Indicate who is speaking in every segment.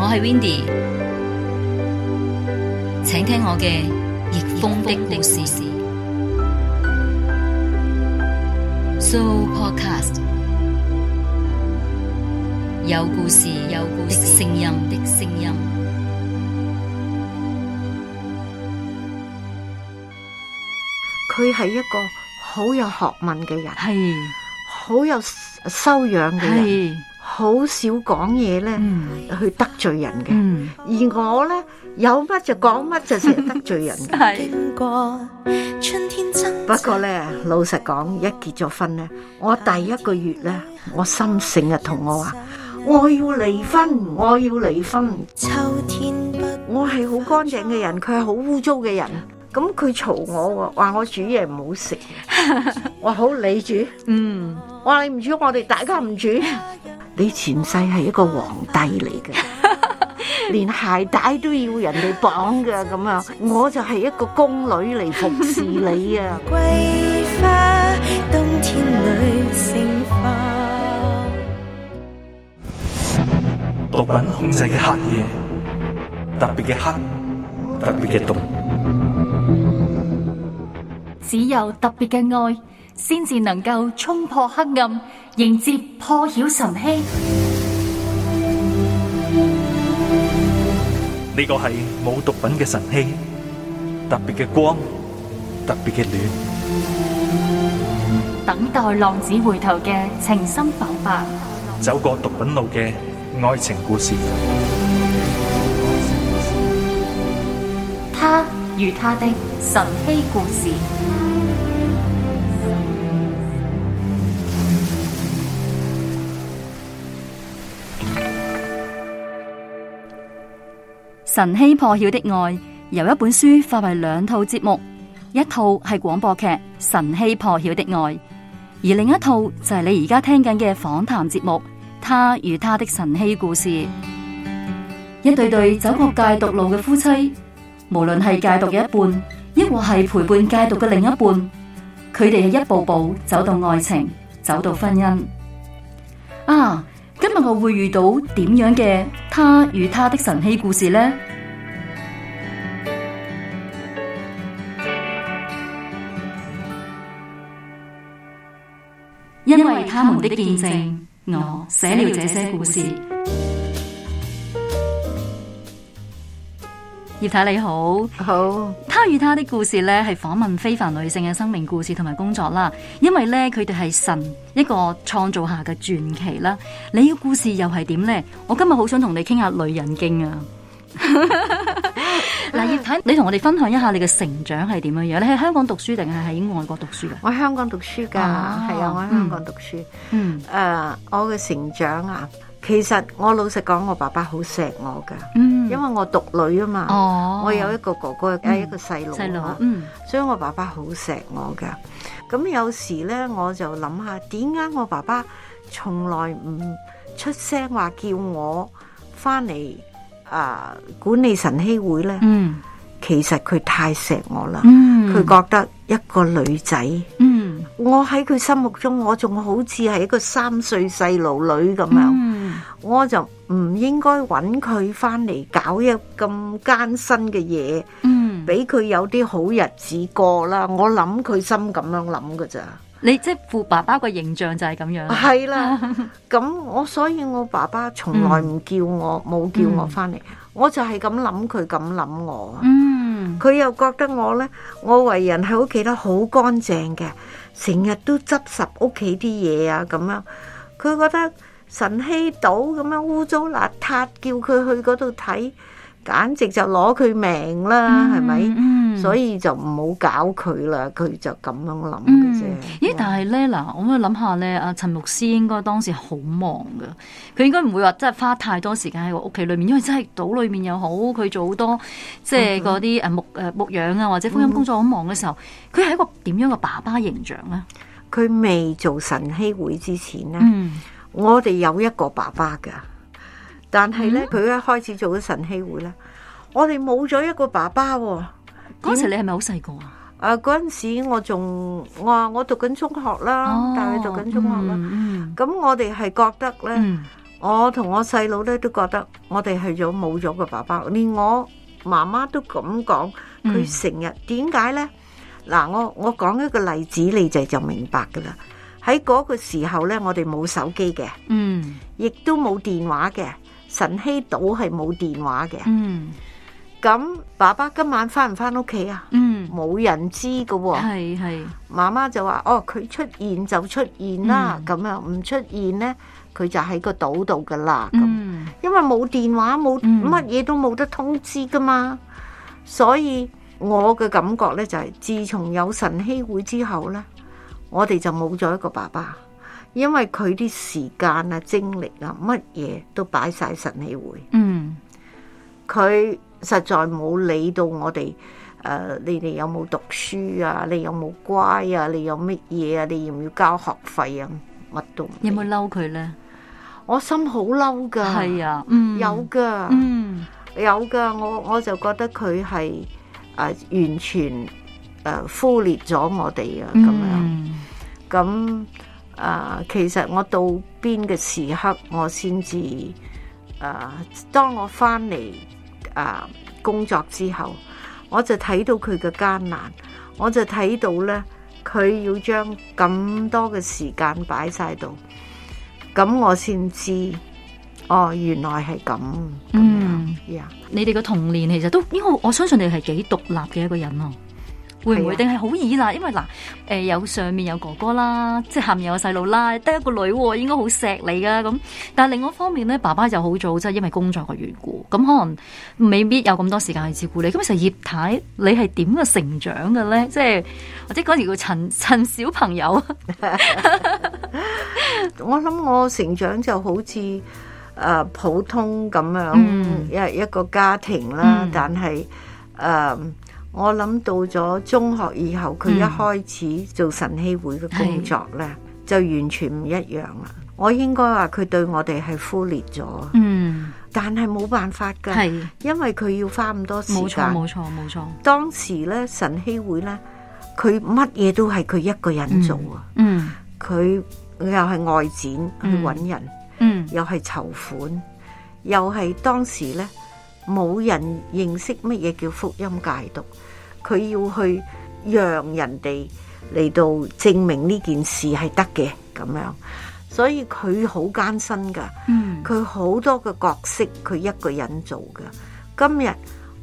Speaker 1: 我係 Windy，請聽我嘅逆風的故事。So podcast 有故事，有故事的聲音的聲音。
Speaker 2: 佢係一個好有學問嘅人，
Speaker 1: 係
Speaker 2: 好有修養嘅人，
Speaker 1: 係
Speaker 2: 好少講嘢咧
Speaker 1: 嗯
Speaker 2: 去得罪人嘅。
Speaker 1: 嗯
Speaker 2: 而我咧有乜就講乜，就成日得罪人 嘅。
Speaker 1: 係
Speaker 3: 經過春天真
Speaker 2: 不過咧，老實講，一結咗婚咧，我第一個月咧，我心成日同我話，我要離婚，我要離婚。
Speaker 3: 秋天不
Speaker 2: 我係好乾淨嘅人，佢係好污糟嘅人。咁佢嘈我喎，話我煮嘢唔好食。 我話好你煮，
Speaker 1: 嗯
Speaker 2: 我話你唔煮，我哋大家唔 煮。你前世係一個皇帝嚟 嘅，連鞋帶都要人哋綁嘅咁樣。我就係一個宮女嚟服侍你啊！
Speaker 3: 桂花，冬天裏盛放。
Speaker 4: 毒品控制嘅黑夜，特別嘅黑，特別嘅毒。
Speaker 5: 只有特別嘅愛，先至能夠衝破黑暗，迎接破曉晨曦。
Speaker 4: 呢個係冇毒品嘅神器，特別嘅光，特別嘅暖。
Speaker 5: 等待浪子回頭嘅情深剖白，
Speaker 4: 走過毒品路嘅愛情故事，
Speaker 5: 他與他的晨曦故事。晨曦破曉的愛由一本書化為兩套節目，一套係廣播劇《晨曦破曉的愛》，而另一套就係你而家聽緊嘅訪談節目《他與他的晨曦故事》。一對對走過戒毒路嘅夫妻，無論係戒毒嘅一半，抑或係陪伴戒毒嘅另一半，佢哋係一步步走到愛情，走到婚姻。啊！今日我會遇到點樣嘅他與他的晨曦故事呢？因為他們的見證，我寫了這些故事。葉太你好。
Speaker 2: 好，
Speaker 5: 他與他的故事咧，係訪問非凡女性嘅生命故事同埋工作啦。因為咧，佢哋係神一個創造下嘅傳奇啦。你嘅故事又係點呢？我今日好想同你傾下女人經啊！ 嗱，葉太，你同我哋分享一下你嘅成長係點樣樣？你喺香港讀書定係喺外國讀書嘅？
Speaker 2: 我喺香港讀書㗎，係
Speaker 5: 啊
Speaker 2: 啊，我喺香港讀書。誒、
Speaker 5: 嗯
Speaker 2: 我嘅成長啊，其實我老實講，我爸爸好錫我㗎，
Speaker 5: 嗯
Speaker 2: 因為我獨女啊嘛。
Speaker 5: 哦，嗯
Speaker 2: 我有一個哥哥，加一個細佬
Speaker 5: 細佬
Speaker 2: 啊，
Speaker 5: 嗯
Speaker 2: 所以我爸爸好錫我噶。咁有時呢，我就諗下點解我爸爸從來唔出聲話叫我翻嚟啊管理晨曦會呢？
Speaker 5: 嗯
Speaker 2: 其實佢太錫我啦，
Speaker 5: 嗯，
Speaker 2: 佢、覺得一個女仔，
Speaker 5: 嗯
Speaker 2: 我喺佢心目中，我仲好似係一個三歲細路女咁樣。
Speaker 5: 嗯
Speaker 2: 我就唔應該揾佢翻嚟搞一咁艱辛嘅嘢，
Speaker 5: 嗯，
Speaker 2: 俾佢有啲好日子過啦。我諗佢心咁樣諗㗎咋，
Speaker 5: 你即係父爸爸個形象就係咁樣啦。
Speaker 2: 係啦。咁我所以我爸爸從來唔叫我，冇、叫我翻嚟，我就係咁諗佢咁諗我啊。
Speaker 5: 嗯
Speaker 2: 佢又覺得我呢，我為人喺屋企得好乾淨嘅，成日都執拾屋企啲嘢啊咁樣。佢覺得晨曦島咁樣污糟邋遢，叫佢去嗰度睇，簡直就攞佢命啦，啊係咪、
Speaker 5: 嗯
Speaker 2: 所以就唔好搞佢啦，佢就咁樣諗嘅啫
Speaker 5: 嗯。，咦？但係咧嗱，我咪諗下咧，阿陳牧師應該當時好忙噶，佢應該唔會話真係花太多時間喺個屋企裏面，因為真係島裏面又好，佢做好多即
Speaker 2: 嗯
Speaker 5: 係嗰啲呃誒牧誒牧養啊，或者福音工作好忙嘅時候，佢係一個點樣嘅爸爸形象咧？
Speaker 2: 佢未做晨曦會之前呢。
Speaker 5: 嗯
Speaker 2: 我哋有一個爸爸噶，但係
Speaker 5: 嗯
Speaker 2: 咧佢一開始做咗晨曦會咧，我哋冇咗一個爸爸喎、
Speaker 5: 嗰陣時你係咪好細個啊？
Speaker 2: 啊嗰陣時我仲我話我讀緊中學啦，
Speaker 5: 哦
Speaker 2: 但係讀緊中學啦。
Speaker 5: 嗯
Speaker 2: 咁我哋係覺得咧，
Speaker 5: 嗯
Speaker 2: 我同我細佬咧都覺得我哋係咗冇咗個爸爸，連我媽媽都咁講，
Speaker 5: 嗯
Speaker 2: 佢成日點解咧？嗱，我我講一個例子，你就就明白噶啦。喺嗰個時候咧，我哋冇手機嘅，
Speaker 5: 嗯
Speaker 2: 亦都冇電話嘅，晨曦島係冇電話嘅。
Speaker 5: 嗯
Speaker 2: 咁爸爸今晚翻唔翻屋企啊？
Speaker 5: 嗯，
Speaker 2: 冇人知噶喎、
Speaker 5: 係係
Speaker 2: 媽媽就話：哦，佢出現就出現啦
Speaker 5: 嗯，
Speaker 2: 咁、樣唔出現咧，佢就喺個島度噶啦。咁、
Speaker 5: 嗯
Speaker 2: 因為冇電話，冇
Speaker 5: 嗯
Speaker 2: 乜嘢都冇得通知噶嘛，所以我嘅感覺咧就係、自從有晨曦會之後咧，我哋就冇咗一個爸爸，因為佢啲時間啊、精力啊、乜嘢都擺晒晨曦會。
Speaker 5: 嗯
Speaker 2: 佢實在冇理到我哋誒、呃你哋有冇讀書啊？你有冇乖啊？你有乜嘢啊？你要唔要交學費啊？乜都唔理
Speaker 5: 有冇嬲佢咧？
Speaker 2: 我心好嬲㗎，
Speaker 5: 係啊，嗯
Speaker 2: 有㗎，
Speaker 5: 嗯
Speaker 2: 有㗎。我我就覺得佢係誒完全誒、呃忽略咗我哋啊咁樣。
Speaker 5: 嗯
Speaker 2: 咁啊、其實我到邊嘅時刻，我先至啊，當我翻嚟啊工作之後，我就睇到佢嘅艱難，我就睇到咧，佢要將咁多嘅時間擺晒度，咁我先知哦，原來係咁咁
Speaker 5: 嗯
Speaker 2: 樣呀。
Speaker 5: 你哋嘅童年其實都，因為我相信你係幾獨立嘅一個人咯。會唔
Speaker 2: 係
Speaker 5: 會
Speaker 2: 啊
Speaker 5: 定係好依賴？因為嗱，誒、有上面有哥哥啦，即係下面有個細路啦，得一個女喎，應該好錫你噶咁。但係另外一方面咧，爸爸就好早，即係因為工作嘅緣故，咁可能未必有咁多時間去照顧你。咁其實葉太，你係點嘅成長嘅咧？即係或者嗰時叫陳陳小朋友，
Speaker 2: 我諗我成長就好似誒、呃普通咁樣
Speaker 5: 嗯
Speaker 2: 一、一個家庭啦，
Speaker 5: 嗯
Speaker 2: 但係誒、呃我諗到咗中學以後，佢一
Speaker 5: 嗯
Speaker 2: 開始做晨曦會嘅工作咧，就完全唔一樣啦。我應該話佢對我哋係忽略咗，
Speaker 5: 嗯，
Speaker 2: 但係冇辦法㗎，
Speaker 5: 係
Speaker 2: 因為佢要花咁多啊時
Speaker 5: 冇錯
Speaker 2: 間。
Speaker 5: 冇錯冇錯，
Speaker 2: 當時咧晨曦會咧，佢乜嘢都係佢一個人做啊，
Speaker 5: 嗯
Speaker 2: 佢、又係外展去
Speaker 5: 嗯
Speaker 2: 揾人。
Speaker 5: 嗯
Speaker 2: 又係籌款，又係當時呢冇人認識乜嘢叫福音戒毒，佢要去讓人哋嚟到證明呢件事係得嘅咁樣，所以佢好艱辛㗎，
Speaker 5: 嗯
Speaker 2: 佢好多嘅角色佢一個人做㗎。今日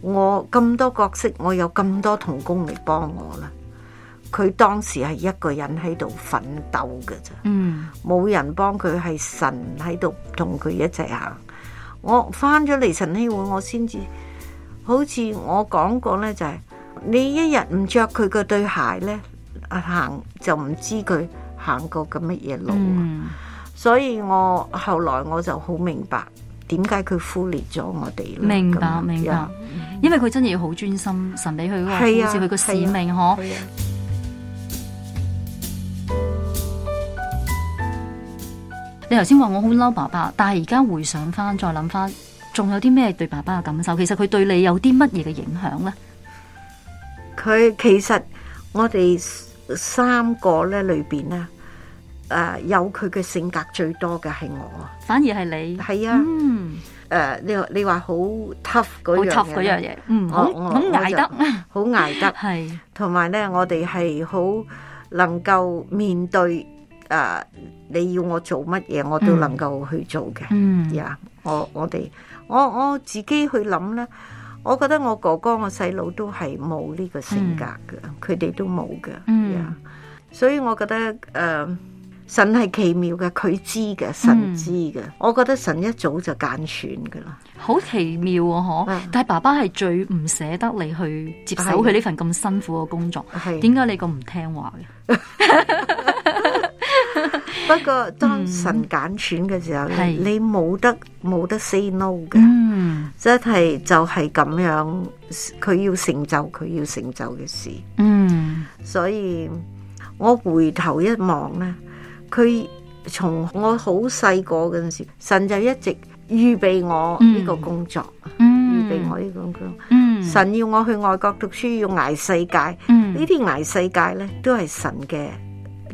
Speaker 2: 我咁多角色，我有咁多同工嚟幫我啦，佢當時係一個人喺度奮鬥㗎咋。
Speaker 5: 嗯
Speaker 2: 冇人幫佢，係神喺度同佢一齊行。我翻咗嚟神曦會，我先至好似我講過呢，就係、你一日唔着佢個對鞋呢，行就唔知佢行過咁乜嘢路。啊
Speaker 5: 嗯
Speaker 2: 所以我後來我就好明白點解佢忽略咗我哋啦。
Speaker 5: 明
Speaker 2: 咁啊
Speaker 5: 白
Speaker 2: 樣
Speaker 5: 明白，因為佢真係要好專心，神俾佢嗰個
Speaker 2: 係啊
Speaker 5: 好似佢個使命
Speaker 2: 係
Speaker 5: 嗬。
Speaker 2: 啊
Speaker 5: 你頭先話我好嬲爸爸，但係而家回想翻，再諗翻，仲有啲咩對爸爸嘅感受？其實佢對你有啲乜嘢嘅影響呢？
Speaker 2: 佢其實我哋三個咧裏邊咧，誒、有佢嘅性格最多嘅係我，
Speaker 5: 反而係你，
Speaker 2: 係啊，誒、
Speaker 5: 嗯，
Speaker 2: 你話你話好 tough
Speaker 5: 好
Speaker 2: 嗰
Speaker 5: t
Speaker 2: 樣
Speaker 5: o 嗰樣
Speaker 2: 嘢咧，
Speaker 5: 嘢，嗯，好
Speaker 2: 我我
Speaker 5: 好捱得，
Speaker 2: 好捱得，
Speaker 5: 係，
Speaker 2: 同埋咧我哋係好能夠面對誒、你要我做乜嘢我都
Speaker 5: 嗯
Speaker 2: 能夠去做嘅。
Speaker 5: 嗯，
Speaker 2: 呀我我哋我我自己去諗咧，我覺得我哥哥我細佬都係冇呢個性格嘅，佢哋、都冇嘅。
Speaker 5: 嗯
Speaker 2: 呀所以我覺得誒、呃神係奇妙嘅，佢知嘅，神
Speaker 5: 嗯
Speaker 2: 知嘅。我覺得神一早就揀選嘅啦。
Speaker 5: 好奇妙喎，
Speaker 2: 嗯
Speaker 5: 嗬！但係爸爸係最唔捨得你去接手
Speaker 2: 係
Speaker 5: 佢呢份咁辛苦嘅工作，
Speaker 2: 係
Speaker 5: 點解你咁唔聽話嘅？
Speaker 2: 不過當神揀選嘅時候，
Speaker 5: 嗯係
Speaker 2: 你你冇得冇得 say no 嘅。
Speaker 5: 嗯
Speaker 2: 真係就係咁樣，佢要成就佢要成就嘅事。
Speaker 5: 嗯
Speaker 2: 所以我回頭一望咧，佢從我好細個嗰陣時，神就一直預備我呢個工作，
Speaker 5: 嗯，
Speaker 2: 預備我呢個工作。
Speaker 5: 嗯
Speaker 2: 神要我去外國讀書，要捱世界，呢
Speaker 5: 嗯
Speaker 2: 啲捱世界咧都係神嘅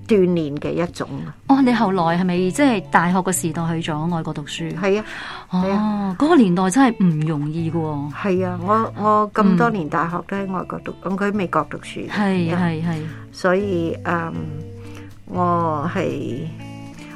Speaker 2: 鍛鍊嘅一種。
Speaker 5: 哦，你後來係咪即係大學嘅時代去咗外國讀書？
Speaker 2: 係啊，係
Speaker 5: 哦，嗰個年代真係唔容易嘅喎。
Speaker 2: 係啊，我我咁多年大學都喺外國讀，咁佢喺美國讀書嘅，
Speaker 5: 係
Speaker 2: 啊
Speaker 5: 係係，
Speaker 2: 所以嗯，我係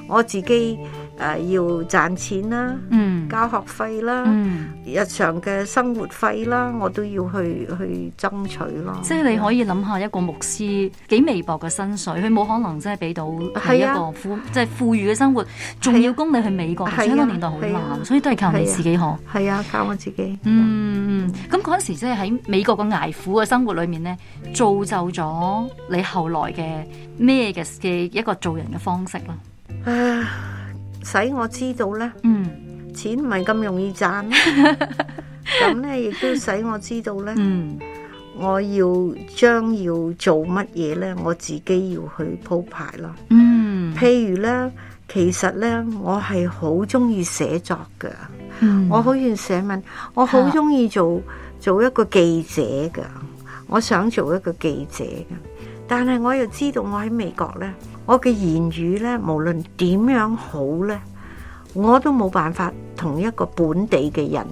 Speaker 2: 我自己誒、呃要賺錢啦，
Speaker 5: 嗯
Speaker 2: 交學費啦。
Speaker 5: 嗯，
Speaker 2: 日常嘅生活費啦，我都要去去爭取咯。
Speaker 5: 即係你可以諗下一個牧師幾微薄嘅薪水，佢冇可能真係俾到你一
Speaker 2: 係啊
Speaker 5: 個富即係富裕嘅生活，仲要供你去美國，
Speaker 2: 係啊
Speaker 5: 而且嗰個年代好
Speaker 2: 係啊
Speaker 5: 難，所以都係靠你自己學。
Speaker 2: 係啊，靠我自己。
Speaker 5: 嗯，咁嗰陣時即係喺美國嘅捱苦嘅生活裏面咧，造就咗你後來嘅咩嘅嘅一個做人嘅方式啦。
Speaker 2: 唉，使我知道咧，
Speaker 5: 嗯
Speaker 2: 錢唔係咁容易賺啦。咁咧，亦都使我知道咧，
Speaker 5: 嗯
Speaker 2: 我要將要做乜嘢咧，我自己要去鋪排咯。
Speaker 5: 嗯，
Speaker 2: 譬如咧，其實咧，我係好中意寫作㗎，
Speaker 5: 嗯
Speaker 2: 我好中意寫文，我好中意做做一個記者㗎，我想做一個記者㗎。但係我又知道我喺美國咧，我嘅言語咧，無論點樣好咧，我都冇辦法同一個本地嘅人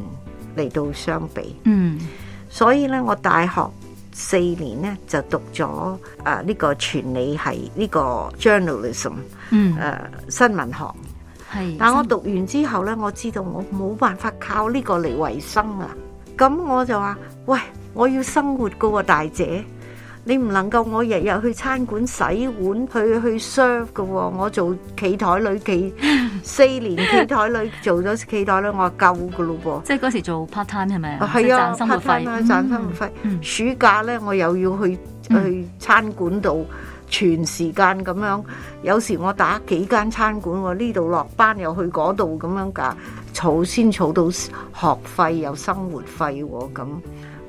Speaker 2: 嚟到相比。
Speaker 5: 嗯
Speaker 2: 所以咧，我大學四年咧就讀咗啊呢個傳理系呢、個 journalism 誒、
Speaker 5: 嗯
Speaker 2: 新聞學。
Speaker 5: 係，
Speaker 2: 但我讀完之後咧，我知道我冇辦法靠呢個嚟維生啊。咁我就話：喂，我要生活噶喎、大姐。你唔能夠我日日去餐館洗碗去去 serve 嘅喎、我做企台女企四年企台女做咗企台女，我話夠嘅咯噃。
Speaker 5: 即係嗰時做 part time 係咪啊？即
Speaker 2: 係
Speaker 5: 係
Speaker 2: 啊
Speaker 5: 賺生活
Speaker 2: part
Speaker 5: 費
Speaker 2: time 啊，賺生活費。
Speaker 5: 嗯
Speaker 2: 暑假咧，我又要去呃
Speaker 5: 嗯
Speaker 2: 去餐館度全時間咁樣。有時我打幾間餐館喎，呢度落班又去嗰度咁樣㗎，儲先儲到學費又生活費喎咁。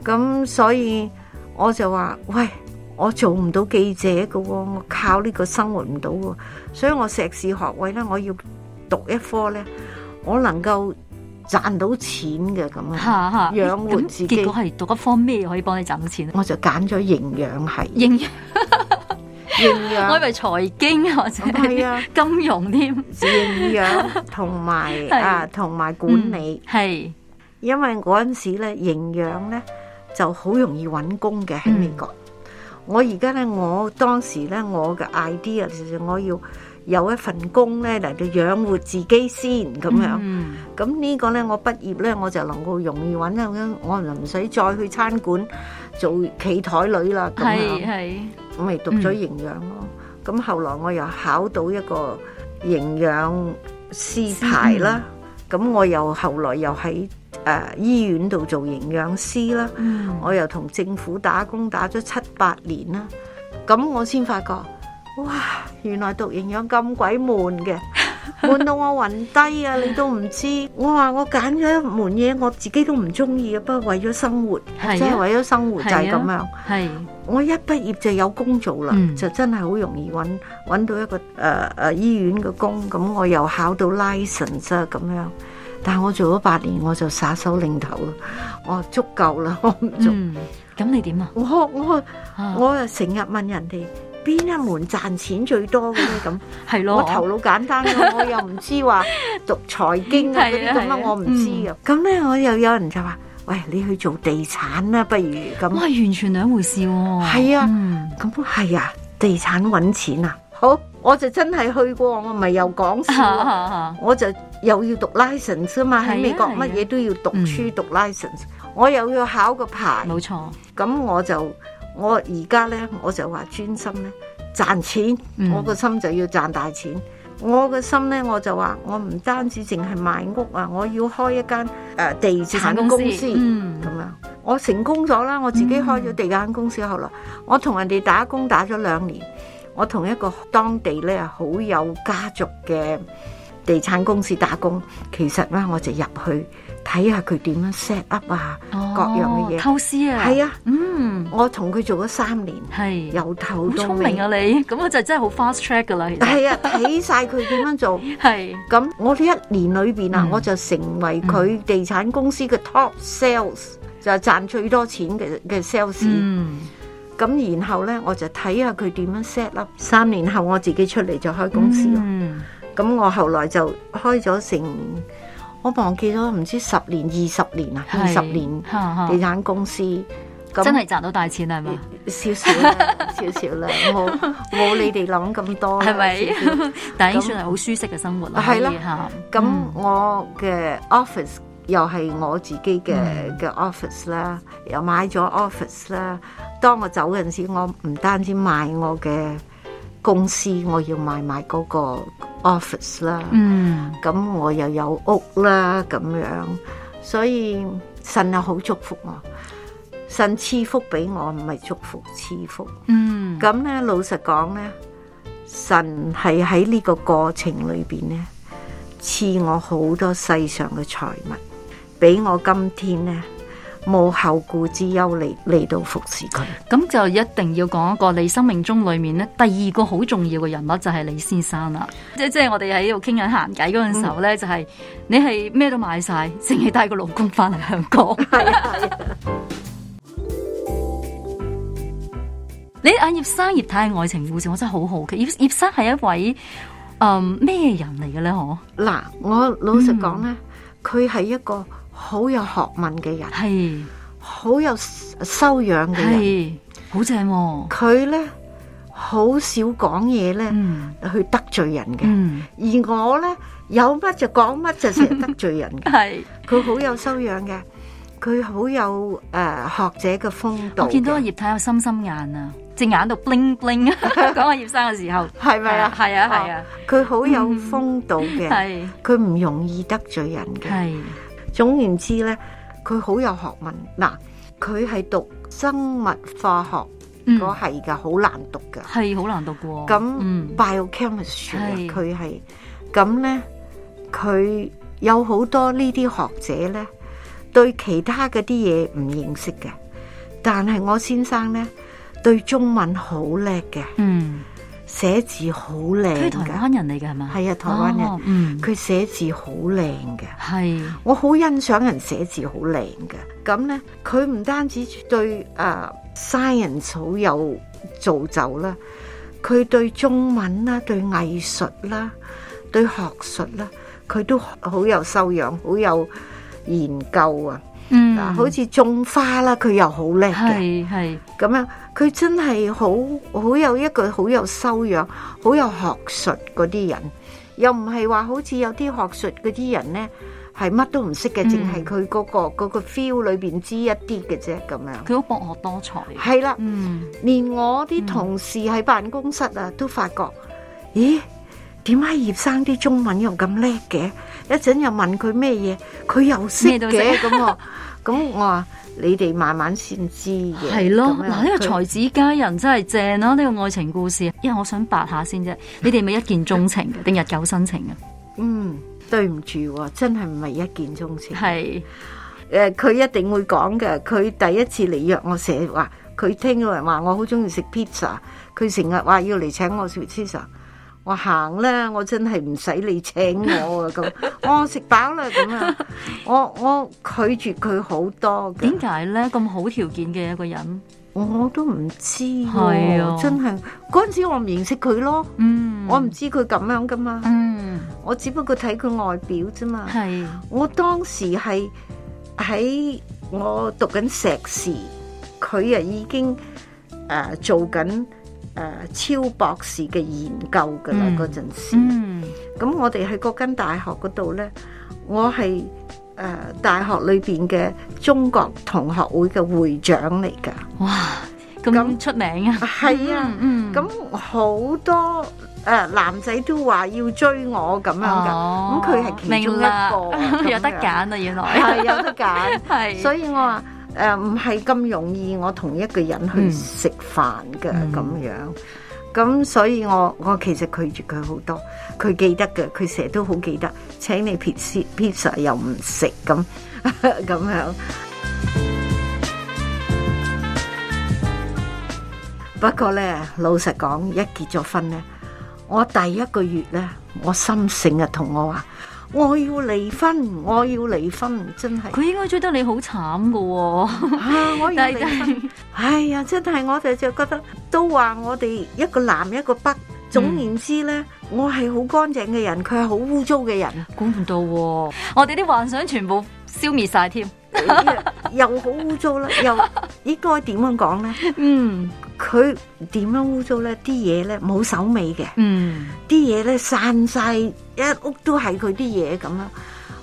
Speaker 2: 咁所以我就話：喂，我做唔到記者嘅喎，我靠呢個生活唔到喎。所以我碩士學位咧，我要讀一科咧，我能夠賺到錢嘅咁
Speaker 5: 嗯
Speaker 2: 啊。
Speaker 5: 嚇嚇
Speaker 2: 養活
Speaker 5: 咁
Speaker 2: 自
Speaker 5: 結
Speaker 2: 己
Speaker 5: 果係讀一科咩可以幫你賺到錢啊？
Speaker 2: 我就揀咗營養係，
Speaker 5: 營養，
Speaker 2: 營
Speaker 5: 我以
Speaker 2: 養
Speaker 5: 為財經或者
Speaker 2: 係啊
Speaker 5: 金融添，
Speaker 2: 營養同埋
Speaker 5: 係
Speaker 2: 啊同埋管理，
Speaker 5: 嗯係
Speaker 2: 因為嗰陣時咧營養咧就好容易揾工嘅喺美國。
Speaker 5: 嗯
Speaker 2: 我而家咧，我當時咧，我嘅 idea 就係我要有一份工咧嚟到養活自己先咁樣。
Speaker 5: 嗯
Speaker 2: 咁呢個呢，我畢業呢，我就能夠容易揾啦，我就唔使再去餐館做企台女啦。咁
Speaker 5: 係
Speaker 2: 樣，
Speaker 5: 係
Speaker 2: 我咪讀咗營養咯。咁後來我又考到一個營養師牌啦。
Speaker 5: 嗯
Speaker 2: 咁我又後來又喺誒、呃、醫院度做營養師啦。
Speaker 5: 嗯
Speaker 2: 我又同政府打工打咗七八年啦，咁我先發覺，哇，原來讀營養咁鬼悶 嘅，悶到我暈低啊！你都唔知，我話我揀咗一門嘢，我自己都唔中意嘅，啊不過為咗生活，
Speaker 5: 係啊
Speaker 2: 即係為咗生活就係咁樣。
Speaker 5: 係啊
Speaker 2: 我一畢業就有工做啦，
Speaker 5: 嗯
Speaker 2: 就真係好容易揾揾到一個誒誒、呃呃醫院嘅工，咁我又考到 license 啊咁樣。但係我做咗八年，我就耍手擰頭啦，我話足夠啦， 我唔做。
Speaker 5: 嗯，咁你點啊？
Speaker 2: 我我
Speaker 5: 啊
Speaker 2: 我又成日問人哋邊一門賺錢最多嘅咧 咁，
Speaker 5: 係咯，
Speaker 2: 我頭腦簡 單嘅，我又唔知話讀財經啊
Speaker 5: 係
Speaker 2: 嗰啲
Speaker 5: 啊
Speaker 2: 咁
Speaker 5: 係啊
Speaker 2: 樣，我唔知嘅。咁咧我又有人就話：喂，你去做地產啦，不如
Speaker 5: 哇，
Speaker 2: 咁。
Speaker 5: 完全兩回事喎。
Speaker 2: 係啊
Speaker 5: 嗯
Speaker 2: 咁係啊，地產揾錢啊，好，我就真係去過，我咪又講笑啊。 我就又要讀 license 啊嘛，
Speaker 5: 係啊
Speaker 2: 喺美國
Speaker 5: 係啊
Speaker 2: 乜嘢都要讀
Speaker 5: 嗯
Speaker 2: 書讀 license，我又要考個牌。
Speaker 5: 冇錯，
Speaker 2: 咁我就我而家咧，我就話專心咧賺錢，
Speaker 5: 嗯
Speaker 2: 我個心就要賺大錢。我個心咧，我就話我唔單止淨係賣屋啊，我要開一間誒、呃地
Speaker 5: 地產
Speaker 2: 產
Speaker 5: 公
Speaker 2: 公
Speaker 5: 司
Speaker 2: 司咁、
Speaker 5: 嗯
Speaker 2: 樣。我成功咗啦，我自己
Speaker 5: 嗯
Speaker 2: 開咗地產公司後來，我同人哋打工打咗兩年，我同一個當地咧好有家族嘅地產公司打工，其實咧我就入去睇下佢點樣 set up 啊，各樣嘅
Speaker 5: 哦
Speaker 2: 嘢。
Speaker 5: 偷師啊，
Speaker 2: 係啊，
Speaker 5: 嗯，
Speaker 2: 我同佢做咗三年，
Speaker 5: 係，
Speaker 2: 由頭
Speaker 5: 好
Speaker 2: 到
Speaker 5: 聰
Speaker 2: 尾，
Speaker 5: 明啊你，咁我就真係好 fast track 噶啦，其實
Speaker 2: 係啊，睇晒佢 點樣做。
Speaker 5: 係，
Speaker 2: 咁我呢一年裏邊啊
Speaker 5: 嗯，
Speaker 2: 我就成為佢地產公司嘅 top sales，就係賺最多錢嘅嘅 sales。
Speaker 5: 嗯，
Speaker 2: 咁然後呢，我就睇下佢點樣 set up。三年後我自己出嚟就開公司咯。
Speaker 5: 嗯
Speaker 2: 咁、我後來就開咗成，我忘記咗唔知十年、二十年啊，二十
Speaker 5: 係
Speaker 2: 年
Speaker 5: 哈哈
Speaker 2: 地產公司。咁
Speaker 5: 真係賺到大錢啊啦係嘛？
Speaker 2: 少少 啦，少少啦，冇冇你哋諗咁多啦，
Speaker 5: 係咪
Speaker 2: 少少？
Speaker 5: 但係已經算係好舒適嘅生活啦，
Speaker 2: 係啦
Speaker 5: 啦，
Speaker 2: 咁
Speaker 5: 嗯
Speaker 2: 我嘅 office 又係我自己嘅
Speaker 5: 嗯
Speaker 2: 嘅 office 啦，又買咗 office 啦。當我走嗰陣時，我唔單止買我嘅公司，我要買埋嗰個 office 啦。
Speaker 5: 嗯，
Speaker 2: 咁、我又有屋啦，咁樣，所以神啊好祝福我，神賜福俾我，唔係祝福賜福。
Speaker 5: 嗯，
Speaker 2: 咁咧，老實講咧，神係喺呢個過程裏邊咧，賜我好多世上嘅財物，俾我今天咧冇後顧之憂嚟嚟到服侍佢。
Speaker 5: 咁就一定要講一個你生命中裏面咧，第二個好重要嘅人物就係李先生啦。即即係我哋喺度傾緊閒偈嗰陣時候
Speaker 2: 嗯
Speaker 5: 咧，就係你係咩都買晒，淨係帶個老公翻嚟香港。
Speaker 2: 係啊，係啊
Speaker 5: 你阿葉生葉太嘅愛情故事，我真係好好奇。葉葉生係一位嗯咩人嚟嘅咧？嗬，
Speaker 2: 嗱，我老實講咧，佢係一個好有學問嘅人，
Speaker 5: 係
Speaker 2: 好有修養嘅人。
Speaker 5: 係好正喎。
Speaker 2: 佢咧好少講嘢咧
Speaker 5: 嗯
Speaker 2: 去得罪人嘅，
Speaker 5: 嗯，
Speaker 2: 而我咧有乜就講乜，就成日得罪人嘅。
Speaker 5: 係。
Speaker 2: 佢好有修養嘅，佢好有誒、呃、學者嘅風度嘅。
Speaker 5: 我見到阿葉太有心心眼啊，隻眼度 bling bling 啊！講阿葉生嘅時候，
Speaker 2: 係咪啊？
Speaker 5: 係啊係啊，
Speaker 2: 佢好有風度嘅，
Speaker 5: 係
Speaker 2: 佢唔容易得罪人嘅。
Speaker 5: 係
Speaker 2: 總言之咧，佢好有學問。嗱，佢係讀生物化學
Speaker 5: 嗯
Speaker 2: 嗰係嘅，好難讀嘅。
Speaker 5: 係好難讀嘅喎。
Speaker 2: 咁、
Speaker 5: 嗯
Speaker 2: biochemistry 啊
Speaker 5: 係
Speaker 2: 佢係咁咧，佢有好多呢啲學者咧，對其他嗰啲嘢唔認識嘅，但係我先生咧對中文好叻嘅，
Speaker 5: 嗯，
Speaker 2: 寫字好靚
Speaker 5: 佢係台
Speaker 2: 嘅，
Speaker 5: 灣人嚟嘅係嘛？
Speaker 2: 係啊，台灣
Speaker 5: 哦
Speaker 2: 人，
Speaker 5: 嗯，
Speaker 2: 佢寫字好靚嘅。
Speaker 5: 係
Speaker 2: 我好欣賞人寫字好靚嘅，咁咧佢唔單止對誒、呃 science 好有造就啦，佢對中文啦、對藝術啦、對學術啦，佢都好有修養、好有研究啊！嗱、
Speaker 5: 嗯，
Speaker 2: 好似種花啦，佢又好叻嘅，
Speaker 5: 係係
Speaker 2: 咁樣佢真係好好有一個好有修養、好有學術嗰啲人，又唔係話好似有啲學術嗰啲人咧係乜都唔識嘅，
Speaker 5: 嗯
Speaker 2: 淨係佢嗰個嗰、個 feel 裏邊知一啲嘅啫咁樣。
Speaker 5: 佢好博學多才。
Speaker 2: 係啦，
Speaker 5: 嗯
Speaker 2: 連我啲同事喺辦公室啊都發覺，咦？點解葉生啲中文又咁叻嘅？一陣又問佢咩嘢，佢又識
Speaker 5: 咩都識
Speaker 2: 嘅咁喎。咁我話你哋慢慢先知嘅。
Speaker 5: 係咯，
Speaker 2: 咁樣
Speaker 5: 嗱呢個
Speaker 2: 佢
Speaker 5: 才子佳人真係正啦，呢個愛情故事，因為我想白下先 啫。你哋係咪一見鍾情嘅，定日久生情啊？
Speaker 2: 嗯，對唔住喎，真係唔係一見鍾情。誒，
Speaker 5: 係
Speaker 2: 佢一定會講嘅。佢第一次嚟約我寫話，佢聽到人話我好中意食 pizza，佢成日話要嚟請我食 pizza。我行啦，我真係唔使你請我啊 咁。我食飽啦咁啊，我我拒絕佢好多嘅
Speaker 5: 點。解咧？咁好條件嘅一個人，
Speaker 2: 我都唔知
Speaker 5: 係啊
Speaker 2: 喎，真係嗰陣時我唔認識佢咯，
Speaker 5: 嗯，
Speaker 2: 我唔知佢咁樣噶嘛，
Speaker 5: 嗯
Speaker 2: 我只不過睇佢外表啫嘛。
Speaker 5: 係
Speaker 2: 我當時係喺我讀緊碩士，佢啊已經誒、呃做緊誒、呃超博士嘅研究噶啦
Speaker 5: 嗯
Speaker 2: 嗰陣時。咁、
Speaker 5: 嗯
Speaker 2: 我哋喺嗰間大學嗰度咧，我係誒、呃大學裏邊嘅中國同學會嘅會長嚟㗎。
Speaker 5: 哇咁
Speaker 2: 咁
Speaker 5: 出名啊！
Speaker 2: 係啊，
Speaker 5: 嗯
Speaker 2: 咁好、多誒、呃男仔都話要追我咁樣㗎。
Speaker 5: 哦
Speaker 2: 咁佢係其中一
Speaker 5: 明
Speaker 2: 個
Speaker 5: 啦
Speaker 2: 啊咁
Speaker 5: 有得
Speaker 2: 樣
Speaker 5: 揀啊！原來
Speaker 2: 係有得揀，
Speaker 5: 係
Speaker 2: 所以我話誒唔係咁容易，我同一個人去食飯嘅
Speaker 5: 嗯
Speaker 2: 咁樣。咁所以我我其實拒絕佢好多，佢記得嘅，佢成日都好記得。請你 pizza pizza 又唔食咁 咁樣。不過咧，老實講，一結咗婚咧，我第一個月咧，我心性啊同我話，我要離婚，我要離婚，真係
Speaker 5: 佢應該追得你好慘噶喎，
Speaker 2: 啊！我要
Speaker 5: 但係
Speaker 2: 離
Speaker 5: 真
Speaker 2: 婚。
Speaker 5: 係
Speaker 2: 哎呀，真係我哋就覺得都話我哋一個南一個北，總言之呢，我係好乾淨嘅人，佢係好污糟嘅人，
Speaker 5: 估唔到喎，我哋啲幻想全部消滅晒添。
Speaker 2: 又好污糟啦，又應該點樣講呢？
Speaker 5: 嗯
Speaker 2: 佢點樣污糟呢？啲嘢呢冇手尾嘅，
Speaker 5: 嗯，
Speaker 2: 啲嘢呢散晒一屋都係佢啲嘢咁啦。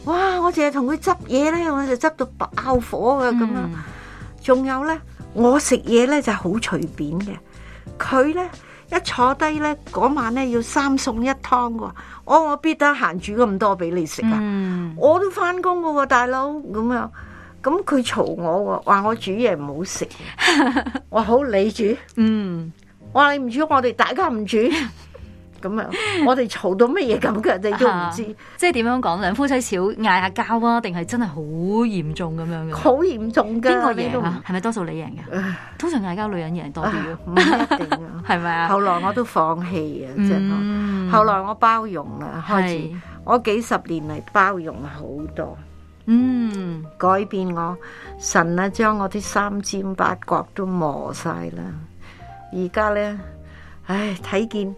Speaker 2: 哇！我淨係同佢執嘢呢，我就執到爆火啊嘅咁樣。
Speaker 5: 嗯
Speaker 2: 仲有咧，我食嘢咧就好隨便嘅，佢咧一坐低咧嗰晚咧要三餸一湯喎，哦我我必得閒煮咁多俾你食啊！
Speaker 5: 嗯
Speaker 2: 我都翻工嘅喎，大佬咁樣，咁佢嘈我喎，話我煮嘢唔好 食，我話好你煮，
Speaker 5: 嗯，
Speaker 2: 我話你唔煮，我哋大家唔煮。咁樣，我哋嘈到乜嘢咁嘅，你都唔 知，
Speaker 5: 即係點樣講？兩夫妻少嗌下交啊，定係真係好嚴重咁樣嘅？
Speaker 2: 好嚴重㗎。
Speaker 5: 邊個
Speaker 2: 啊你
Speaker 5: 贏
Speaker 2: 都唔
Speaker 5: 啊？係咪多數你贏㗎？
Speaker 2: 唉
Speaker 5: 通常嗌交女人贏多啲嘅，
Speaker 2: 唔一定 啊。
Speaker 5: 係咪啊？
Speaker 2: 後來我都放棄啊，真係。
Speaker 5: 嗯
Speaker 2: 後來我包容啦，開始
Speaker 5: 係
Speaker 2: 我幾十年嚟包容好多，
Speaker 5: 嗯
Speaker 2: 改變我神啊，將我啲三尖八角都磨晒啦。而家呢，唉，睇見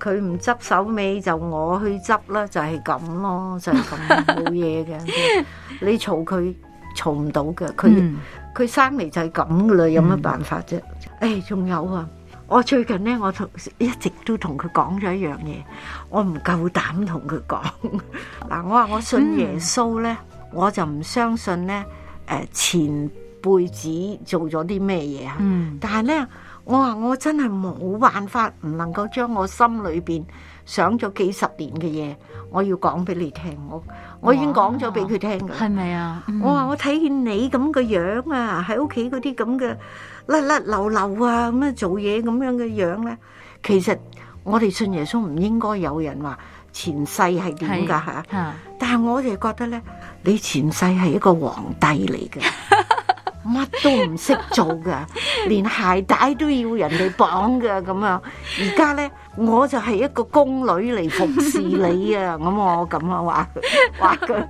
Speaker 2: 佢唔執手尾就我去執啦，就係咁咯，就係咁冇嘢嘅。你嘈佢嘈唔到嘅，佢
Speaker 5: 嗯
Speaker 2: 佢生嚟就係咁噶啦，有乜辦法啫？唉，仲有啊！我最近呢，我同一直都同佢講咗一樣嘢，我唔夠膽同佢講。嗱，我話我信耶穌呢，我就唔相信呢誒、前輩子做咗啲咩嘢啊！
Speaker 5: 嗯
Speaker 2: 但係呢，我話我真係冇辦法，唔能夠將我心裏邊想咗幾十年嘅嘢，我要講俾你聽。我我已經講咗俾佢聽㗎啦。
Speaker 5: 係咪啊？ 嗯
Speaker 2: 我話我睇見你咁嘅樣啊，喺屋企嗰啲咁嘅甩甩流流啊，咁啊做嘢咁樣嘅樣咧，其實我哋信耶穌唔應該有人話前世係點㗎嚇，
Speaker 5: 嚇
Speaker 2: 但係我哋覺得咧，你前世係一個皇帝嚟 嘅。乜都唔識做 㗎，連鞋帶都要人哋綁㗎咁樣。而家咧，我就係一個宮女嚟服侍你啊！ 咁我咁樣話佢話佢，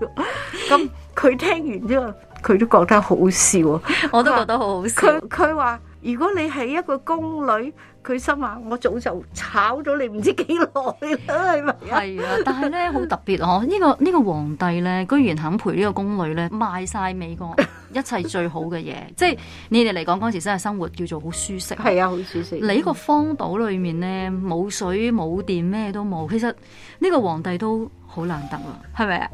Speaker 2: 咁佢聽完之後，佢都覺得好笑啊。
Speaker 5: 我都覺得好好笑。
Speaker 2: 佢佢話：如果你係一個宮女，佢心話我早就炒咗你唔知幾耐啦，係咪啊？
Speaker 5: 係啊，但係咧好特別哦！呢、個呢、個皇帝咧，居然肯陪呢個宮女咧賣晒美 國一切最好嘅嘢，即係你哋嚟講嗰時真係生活叫做好舒適。
Speaker 2: 係啊，好舒適。
Speaker 5: 你呢個荒島裏面咧冇水冇電咩都冇，其實呢個皇帝都好難得啊，係咪啊？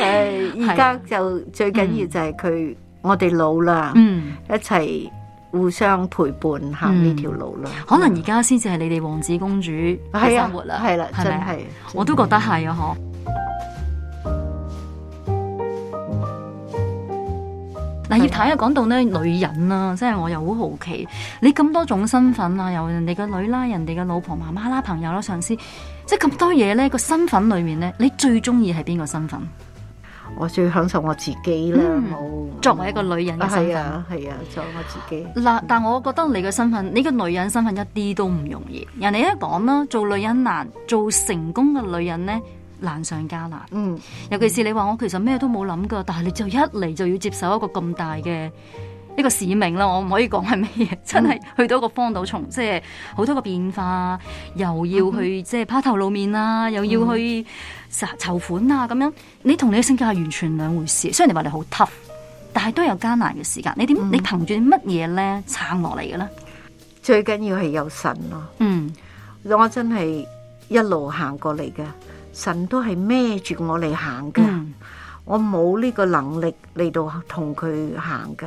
Speaker 2: 呃誒，而家就最緊要就係佢，我哋老啦，
Speaker 5: 嗯，
Speaker 2: 一齊互相陪伴行呢條路啦。
Speaker 5: 可能而家先至係你哋王子公主嘅
Speaker 2: 係啊
Speaker 5: 生活啦，
Speaker 2: 係啦，
Speaker 5: 係
Speaker 2: 真
Speaker 5: 咪啊
Speaker 2: 係，
Speaker 5: 我都覺得係啊，嗬。嗱，葉太啊，講到咧女人啦，即係我又好好奇，你咁多種身份啊，由人哋嘅女啦，人哋嘅老婆、媽媽啦、朋友啦、上司，即係咁多嘢咧，個身份裏面咧，你最中意係邊個身份？
Speaker 2: 我最享受我自己啦，
Speaker 5: 嗯
Speaker 2: 冇
Speaker 5: 作為一個女人嘅身
Speaker 2: 係
Speaker 5: 份。
Speaker 2: 啊係啊，作為我自己。
Speaker 5: 嗱，但我覺得你嘅身份，你嘅女人身份一啲都唔容易。人哋一講啦，做女人難，做成功嘅女人呢，難上加難。
Speaker 2: 嗯，
Speaker 5: 尤其是你話我其實咩都冇諗噶，但係你就一嚟就要接受一個咁大嘅一個使命啦，我唔可以講係乜嘢，真係去到一個荒島從，即係好多個變化，又要去即係拋頭露面啦，又要去籌籌款啊咁樣，你同你嘅性格係完全兩回事。雖然你話你好 tough，但係都有艱難嘅時間。你點？你憑住啲乜嘢咧撐落嚟嘅咧？
Speaker 2: 最緊要係有神咯。
Speaker 5: 嗯
Speaker 2: 我真係一路行過嚟嘅，神都係孭住我嚟行嘅，
Speaker 5: 嗯
Speaker 2: 我冇呢個能力嚟到同佢行嘅，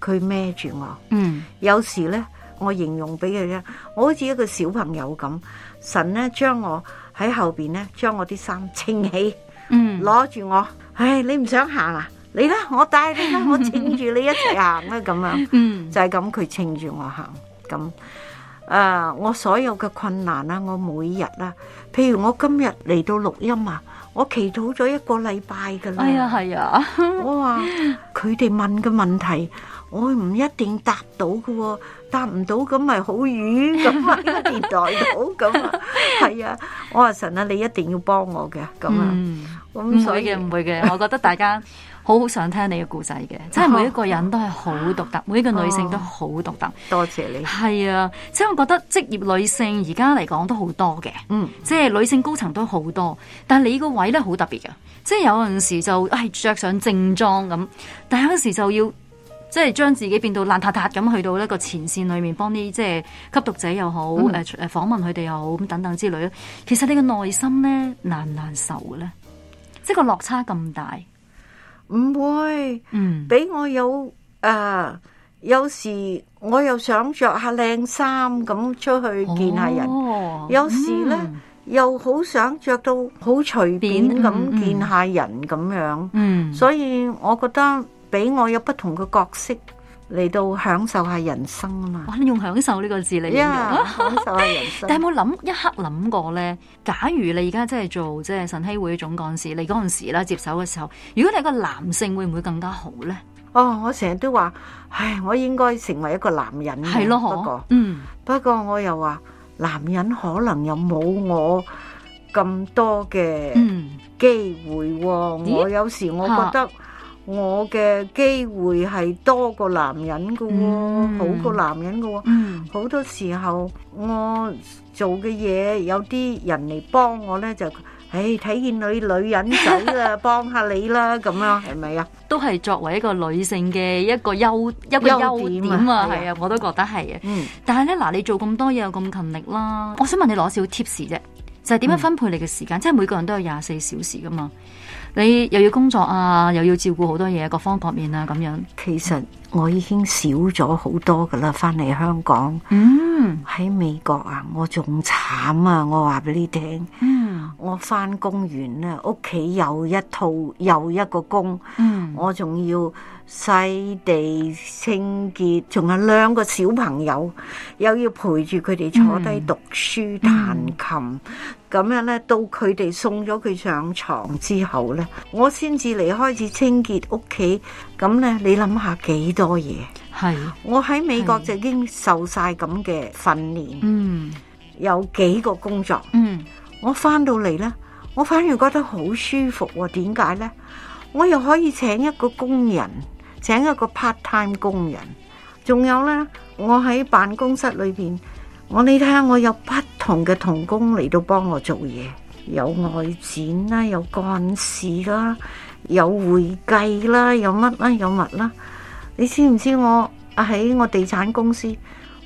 Speaker 2: 佢孭住我。
Speaker 5: 嗯
Speaker 2: 有時呢，我形容俾佢聽，我好似一個小朋友咁，神呢將我喺後邊呢，將我啲衫撐起，
Speaker 5: 嗯
Speaker 2: 攞住我，唉，你唔想行啊？你啦，我帶你 啦，我撐住你一齊行啦，咁樣。
Speaker 5: 嗯
Speaker 2: 就係咁，佢撐住我行咁。啊、我所有嘅困難啦，我每日啦，譬如我今日嚟到錄音啊，我祈禱
Speaker 5: 哎
Speaker 2: 咗一個禮拜噶啦。
Speaker 5: 哎呀係啊，
Speaker 2: 我話佢哋問嘅問題，我唔一定答到嘅喎，答唔到咁咪好瘀咁啊！ 喺個電台度咁 啊，係啊，我話神啊，你一定要幫我嘅咁啊，
Speaker 1: 嗯
Speaker 2: 咁
Speaker 1: 唔
Speaker 2: 所
Speaker 1: 會
Speaker 2: 以
Speaker 1: 嘅，唔會 嘅。我覺得大家好好想聽你嘅故仔嘅，
Speaker 2: 啊
Speaker 1: 即係每一個人都係好獨特，每一個女性都好獨特。
Speaker 2: 多謝你，
Speaker 1: 係啊，即係我覺得職業女性而家嚟講都好多嘅，
Speaker 2: 嗯，
Speaker 1: 即係女性高層都好多，但係你個位咧好特別嘅，即係有陣時就係着上正裝咁，但係有陣時就要即係將自己變到爛塌塌咁，去到呢個前線裏面幫啲即係吸毒者又好，
Speaker 2: 嗯
Speaker 1: 誒誒、訪問佢哋又好咁等等之類咧。其實你個內心咧難唔難受嘅咧？即係個落差咁大，
Speaker 2: 唔會。
Speaker 1: 嗯
Speaker 2: 俾我有诶、呃有時我又想着下靚衫咁出去見下人，
Speaker 1: 哦
Speaker 2: 有時咧、
Speaker 1: 嗯
Speaker 2: 又好想着到好隨便
Speaker 1: 便嗯嗯
Speaker 2: 咁見下人咁樣，
Speaker 1: 嗯，
Speaker 2: 所以我覺得俾我有不同嘅角色嚟到享受下人生啊嘛，
Speaker 1: 哇！你用享受呢個字嚟形容啊
Speaker 2: 呀，享受下人生。
Speaker 1: 但係有冇諗一刻諗過咧？假如你而家真係做即係晨曦會總幹事，你嗰陣時啦接手嘅時候，如果你係個男性，會唔會更加好咧？
Speaker 2: 哦，我成日都話，唉，我應該成為一個男人嘅，
Speaker 1: 係咯，
Speaker 2: 不過
Speaker 1: 嗬。。嗯，
Speaker 2: 不過我又話，男人可能又冇我咁多嘅
Speaker 1: 嗯，
Speaker 2: 機會喎、我有時我覺得我嘅機會係多過男人嘅喎、
Speaker 1: 嗯
Speaker 2: 好過男人嘅喎、
Speaker 1: 嗯，
Speaker 2: 好多時候我做嘅嘢有啲人嚟幫我咧就。唉，睇見你女人仔 啦，幫下你啦，咁樣係咪啊？
Speaker 1: 都係作為一個女性嘅一個優一個優
Speaker 2: 優點啊
Speaker 1: 點啊，
Speaker 2: 係啊
Speaker 1: 係啊，我都覺得係啊。
Speaker 2: 嗯，
Speaker 1: 但係咧嗱，你做咁多嘢又咁勤力啦，我想問你攞少 tips 啫，就係
Speaker 2: 嗯
Speaker 1: 點樣分配你嘅時間？即係每個人都有廿四小時噶嘛，你又要工作啊，又要照顧好多嘢，各方各面啊，咁樣。
Speaker 2: 其實我已經少咗好多噶啦，翻嚟香港。
Speaker 1: 嗯
Speaker 2: 喺美國啊，我仲慘啊！我話俾你聽，
Speaker 1: 嗯
Speaker 2: 我翻公園咧，屋企有一套又一個工，
Speaker 1: 嗯，
Speaker 2: 我仲要洗地清潔，仲有兩個小朋友，又要陪住佢哋坐低
Speaker 1: 嗯
Speaker 2: 讀書彈琴。咁樣咧，到佢哋送咗佢上床之後咧，我先至嚟開始清潔屋企。咁咧，你諗下幾多嘢？
Speaker 1: 係
Speaker 2: 我喺美國
Speaker 1: 係
Speaker 2: 就已經受晒咁嘅訓練。
Speaker 1: 嗯。
Speaker 2: 有幾個工作，
Speaker 1: 嗯，
Speaker 2: 我翻到嚟呢，我反而覺得好舒服喎、點解呢？我又可以請一個工人，請一個 part time 工人，仲有呢，我喺辦公室裏邊，我你睇下我有不同嘅童工嚟到幫我做嘢，有外展啦，有幹事啦，有會計啦，有乜啦，有乜啦。你知唔知我喺我地產公司，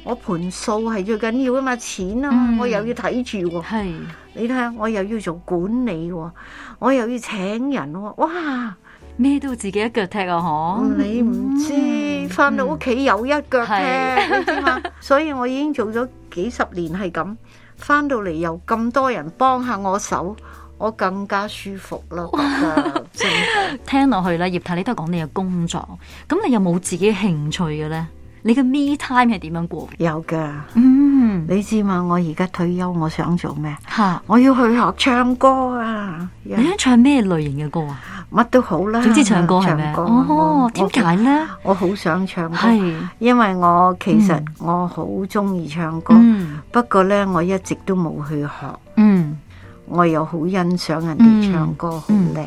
Speaker 2: 我盤數係最緊要啊嘛，錢啊嘛，
Speaker 1: 嗯
Speaker 2: 我又要睇住喎。
Speaker 1: 係
Speaker 2: 你睇下，我又要做管理喎，我又要請人喎，哇！
Speaker 1: 咩都自己一腳踢啊！嗬，
Speaker 2: 你唔知，翻到屋企有一腳踢，
Speaker 1: 係
Speaker 2: 你知 嘛？所以我已經做咗幾十年係咁，翻到嚟又咁多人幫下我手，我更加舒服啦，覺得 真係
Speaker 1: 聽落去啦，葉太你都係講你嘅工作，咁你有冇自己興趣嘅咧？你嘅 me time 係點樣過嘅？
Speaker 2: 有㗎。
Speaker 1: 嗯，
Speaker 2: 你知嘛？我而家退休，我想做咩？
Speaker 1: 吓，
Speaker 2: 我要去學唱歌啊！呀
Speaker 1: 你想唱咩類型嘅歌啊？
Speaker 2: 乜都好啦，
Speaker 1: 嗯總之唱歌係
Speaker 2: 唱
Speaker 1: 咪？
Speaker 2: 歌啊
Speaker 1: 哦點
Speaker 2: 我，
Speaker 1: 解咧？
Speaker 2: 我我好想唱歌。
Speaker 1: 係，
Speaker 2: 因為我其實
Speaker 1: 嗯
Speaker 2: 我好中意唱歌，
Speaker 1: 嗯
Speaker 2: 不過呢，我一直都冇去學。
Speaker 1: 嗯
Speaker 2: 我又好欣賞人哋唱歌好
Speaker 1: 嗯
Speaker 2: 叻，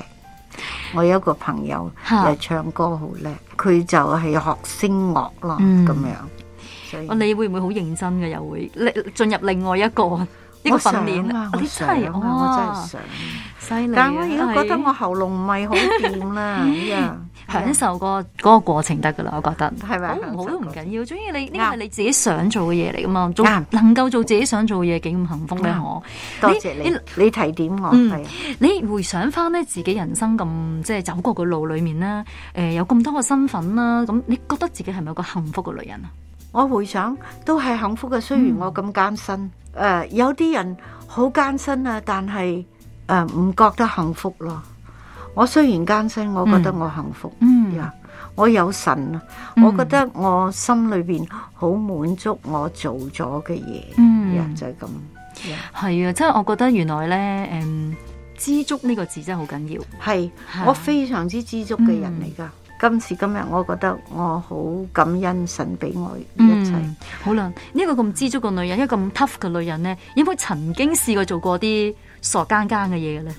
Speaker 2: 我有一個朋友
Speaker 1: 嚇
Speaker 2: 又唱歌好叻，佢就係學聲樂咯
Speaker 1: 嗯
Speaker 2: 咁樣。所以
Speaker 1: 哦你會唔會好認真嘅？又會你進入另外一個呢個訓
Speaker 2: 我想
Speaker 1: 練
Speaker 2: 啊，
Speaker 1: 哦
Speaker 2: 我
Speaker 1: 你
Speaker 2: 想
Speaker 1: 真
Speaker 2: 啊，
Speaker 1: 係
Speaker 2: 我真係
Speaker 1: 哇
Speaker 2: 想。
Speaker 1: 犀利啊！
Speaker 2: 但我而家覺得
Speaker 1: 係
Speaker 2: 我喉嚨唔係好掂啦，呀
Speaker 1: 享受個嗰個過程得噶啦，我覺得
Speaker 2: 係咪啊
Speaker 1: 好唔好都唔
Speaker 2: 享受過
Speaker 1: 緊要，總之你呢個
Speaker 2: 啱
Speaker 1: 係你自己想做嘅嘢嚟噶嘛，做
Speaker 2: 啱
Speaker 1: 能夠做自己想做嘅嘢幾咁幸福咧？
Speaker 2: 啱
Speaker 1: 我
Speaker 2: 多謝
Speaker 1: 你
Speaker 2: 你，你提點我
Speaker 1: 嗯
Speaker 2: 係啊
Speaker 1: 你回想翻咧自己人生咁即係走過嘅路裏面啦，誒、有咁多個身份啦，咁你覺得自己係咪一個幸福嘅女人啊？
Speaker 2: 我回想都係幸福嘅，雖
Speaker 1: 嗯
Speaker 2: 然我咁艱辛。誒、有啲人好艱辛啊，但係誒唔覺得幸福咯。我雖然艱辛，我覺得我幸福。
Speaker 1: 嗯
Speaker 2: 呀我有神啊！
Speaker 1: 嗯
Speaker 2: 我覺得我心裏邊好滿足我做咗嘅嘢。
Speaker 1: 嗯
Speaker 2: 呀就係咁。
Speaker 1: 係啊，即係我覺得原來咧誒、知足呢個字真係好緊要，嗯
Speaker 2: 係
Speaker 1: 嚇
Speaker 2: 我非常之知足嘅人嚟㗎。今時今日，我覺得我好感恩神俾我一切。
Speaker 1: 嗯，好啦，呢個咁知足嘅女人，一個咁 tough 嘅女人咧，有冇曾經試過做過啲傻更更嘅嘢嘅咧？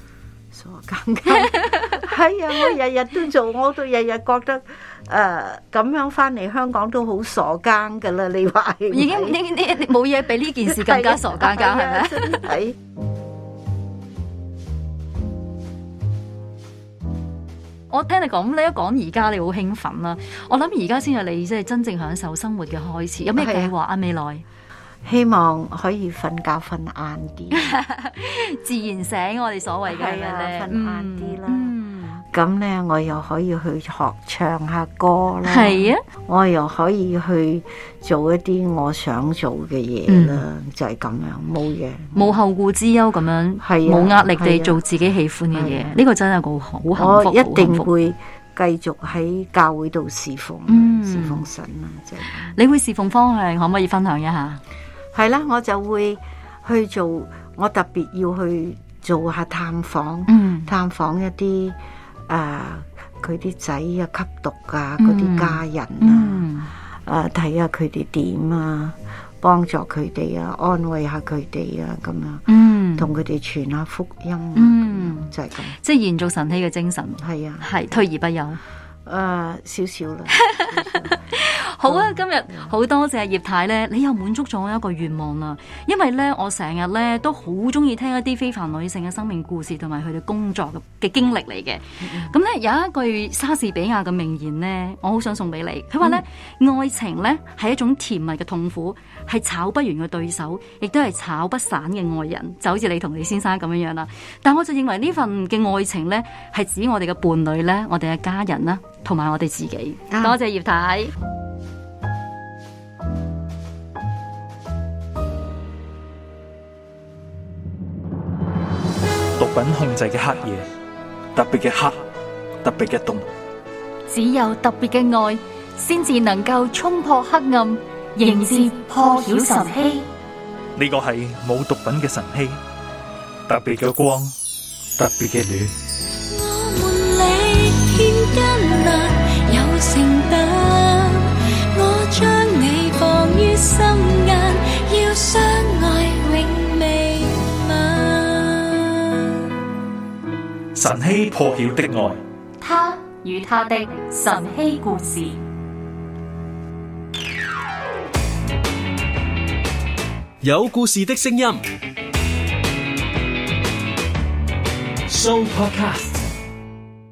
Speaker 2: 傻更更， 係啊！我日日都做，我都日日覺得誒咁、呃樣翻嚟香港都好傻更噶啦！你話係咪
Speaker 1: 已經呢呢呢冇嘢比呢件事 更加傻更更係
Speaker 2: 係
Speaker 1: 咪？
Speaker 2: 啊真係
Speaker 1: 我聽你講，你一講而家你好興奮啦！我諗而家先係你即係真正享受生活嘅開始。有咩
Speaker 2: 係啊
Speaker 1: 計劃啊？未來
Speaker 2: 希望可以瞓覺瞓晏 啲。
Speaker 1: 自然醒，我哋所謂嘅係咪咧
Speaker 2: 係啊瞓晏啲啦
Speaker 1: 嗯，
Speaker 2: 咁咧，我又可以去學唱下歌啦。
Speaker 1: 係啊，
Speaker 2: 我又可以去做一啲我想做嘅嘢啦，
Speaker 1: 嗯
Speaker 2: 就係咁樣冇嘢。
Speaker 1: 冇後顧之憂咁樣，
Speaker 2: 係啊
Speaker 1: 冇壓力地
Speaker 2: 係啊
Speaker 1: 做自己喜歡嘅
Speaker 2: 係啊
Speaker 1: 嘢，呢個真係好好幸福，
Speaker 2: 我
Speaker 1: 好
Speaker 2: 一
Speaker 1: 幸
Speaker 2: 定
Speaker 1: 福
Speaker 2: 會繼續喺教會度侍奉，
Speaker 1: 嗯
Speaker 2: 侍奉神啦，即係咁。
Speaker 1: 你會侍奉方向，可唔可以分享一下？
Speaker 2: 係啦，我就會去做，我特別要去做下探訪，
Speaker 1: 嗯
Speaker 2: 探訪一啲誒佢啲仔啊吸毒啊
Speaker 1: 嗯
Speaker 2: 嗰啲家人啊，
Speaker 1: 嗯
Speaker 2: 誒睇下佢哋點啊，幫助佢哋啊，安慰下佢哋啊，咁樣
Speaker 1: 嗯，
Speaker 2: 同佢哋傳下福音啊，
Speaker 1: 嗯
Speaker 2: 咁樣就係咁，
Speaker 1: 即係延續神氣嘅精神，
Speaker 2: 係啊，
Speaker 1: 係退而不休。
Speaker 2: 誒、少少啦，
Speaker 1: 好啊！今日好多謝葉太咧，你又滿足咗我一個願望啦。因為咧，我成日咧都好中意聽一啲非凡女性嘅生命故事同埋佢哋工作嘅經歷嚟嘅。咁咧有一句莎士比亞嘅名言咧，我好想送俾你。佢話咧，愛情咧係一種甜蜜嘅痛苦，係炒不完嘅對手，亦都係炒不散嘅愛人，就好似你同你先生咁樣樣啦。但我就認為呢份嘅愛情咧，係指我哋嘅伴侶咧，我哋嘅家人啦，同埋我哋自己。
Speaker 2: 啱
Speaker 1: 多謝葉太。
Speaker 4: 毒品控制嘅黑夜，特別嘅黑，特別嘅凍。
Speaker 1: 只有特別嘅愛，先至能夠衝破黑暗，迎接破曉晨曦。
Speaker 4: 呢個係冇毒品嘅晨曦，特別嘅光，特別嘅暖。
Speaker 3: 我們歷遍艱難啊有承擔，我將你放於心間，要相愛永未晚。
Speaker 4: 晨曦破曉的愛。
Speaker 1: 他與他的晨曦故事。
Speaker 6: 有故事的聲音。Show Podcast。